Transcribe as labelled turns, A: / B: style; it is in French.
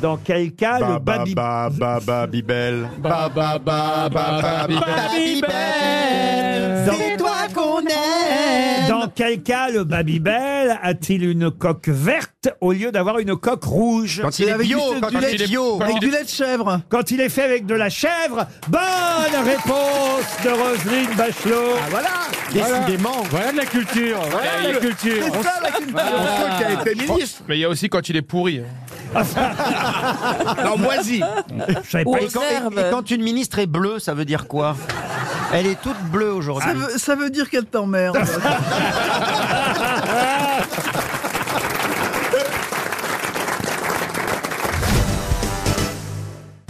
A: Dans quel cas Ah, le baby...
B: Ba ba ba bibel. Ba ba ba ba ba
C: Babybel,
A: Dans-
C: c'est toi qu'on aime.
A: Dans quel cas le Babybel a-t-il une coque verte au lieu d'avoir une coque rouge
B: Quand il est bio, quand
C: du lait
B: il est bio.
C: Avec du lait de chèvre.
A: Quand il est fait avec de la chèvre Bonne réponse de Roselyne Bachelot
B: Ah, Décidément.
D: Voilà de la culture. Voilà de la culture.
C: C'est ça la culture.
D: Mais il y a aussi quand il est pourri. hein.
B: Non, moisi.
A: Je savais
E: Ou
A: pas-
E: aux
F: Et quand,
E: herbes.
F: et- et quand une ministre est bleue, ça veut dire quoi Elle est toute bleue
C: Ça
F: aujourd'hui.
C: veut, ça veut dire qu'elle t'emmerde.